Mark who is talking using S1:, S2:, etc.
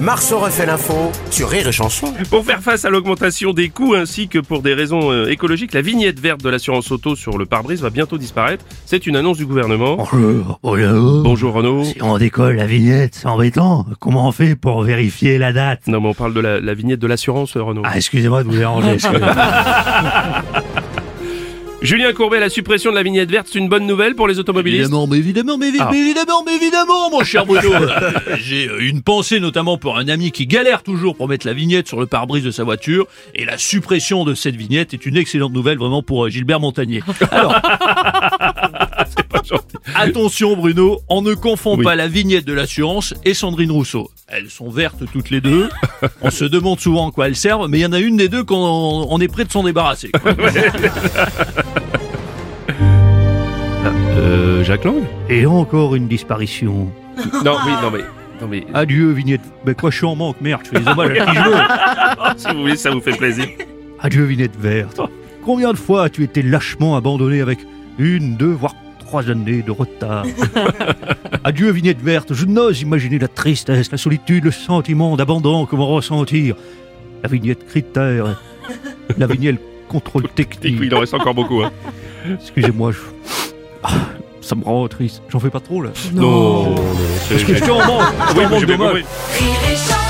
S1: Marceau refait l'info sur Rire et Chanson.
S2: Pour faire face à l'augmentation des coûts ainsi que pour des raisons euh, écologiques, la vignette verte de l'assurance auto sur le pare-brise va bientôt disparaître. C'est une annonce du
S3: Oh.
S2: gouvernement.
S3: Bonjour, bonjour.
S2: Bonjour Renaud.
S3: Si on décolle la vignette, c'est embêtant. Comment on fait pour vérifier la date
S2: Non mais on parle de la, la vignette de l'assurance euh, Renaud.
S3: Ah, excusez-moi de vous déranger. excusez-moi.
S2: Julien Courbet, la suppression de la vignette verte, c'est une bonne nouvelle pour les automobilistes.
S4: Évidemment, mais évidemment, mais, évi-
S2: Ah.
S4: mais évidemment, mais évidemment, mon cher Bruno. Euh, J'ai euh, une pensée notamment pour un ami qui galère toujours pour mettre la vignette sur le pare-brise de sa voiture. Et la suppression de cette vignette est une excellente nouvelle vraiment pour euh, Gilbert Montagnier. Alors, attention Bruno, on ne confond
S2: Oui.
S4: pas la vignette de l'assurance et Sandrine Rousseau. Elles sont vertes toutes les deux. On se demande souvent à quoi elles servent, mais il y en a une des deux qu'on on est prêt de s'en débarrasser. quoi.
S2: Euh, Jacques Lang
S3: Et encore une disparition.
S2: Non, oui, non mais... Non mais
S3: Adieu, vignette.
S4: Mais quoi, je suis en manque, merde, je fais des hommages à qui je veux.
S2: si vous voulez, ça vous fait plaisir.
S3: Adieu, vignette verte. Combien de fois as-tu été lâchement abandonné avec une, deux, voire trois années de retard Adieu, vignette verte. Je n'ose imaginer la tristesse, la solitude, le sentiment d'abandon que vont ressentir. La vignette critère, la vignette contrôle
S2: Et
S3: technique.
S2: puis, il en reste encore beaucoup. Hein.
S3: Excusez-moi, je... Ah, ça me rend triste. J'en fais pas trop là.
S2: Non, non, non, c'est-
S4: Parce que je suis en manque, je
S2: Euh,
S4: suis
S2: Oui,
S4: en manque
S2: j'ai bien
S4: d'hommages.
S2: compris.
S5: Rire et chanson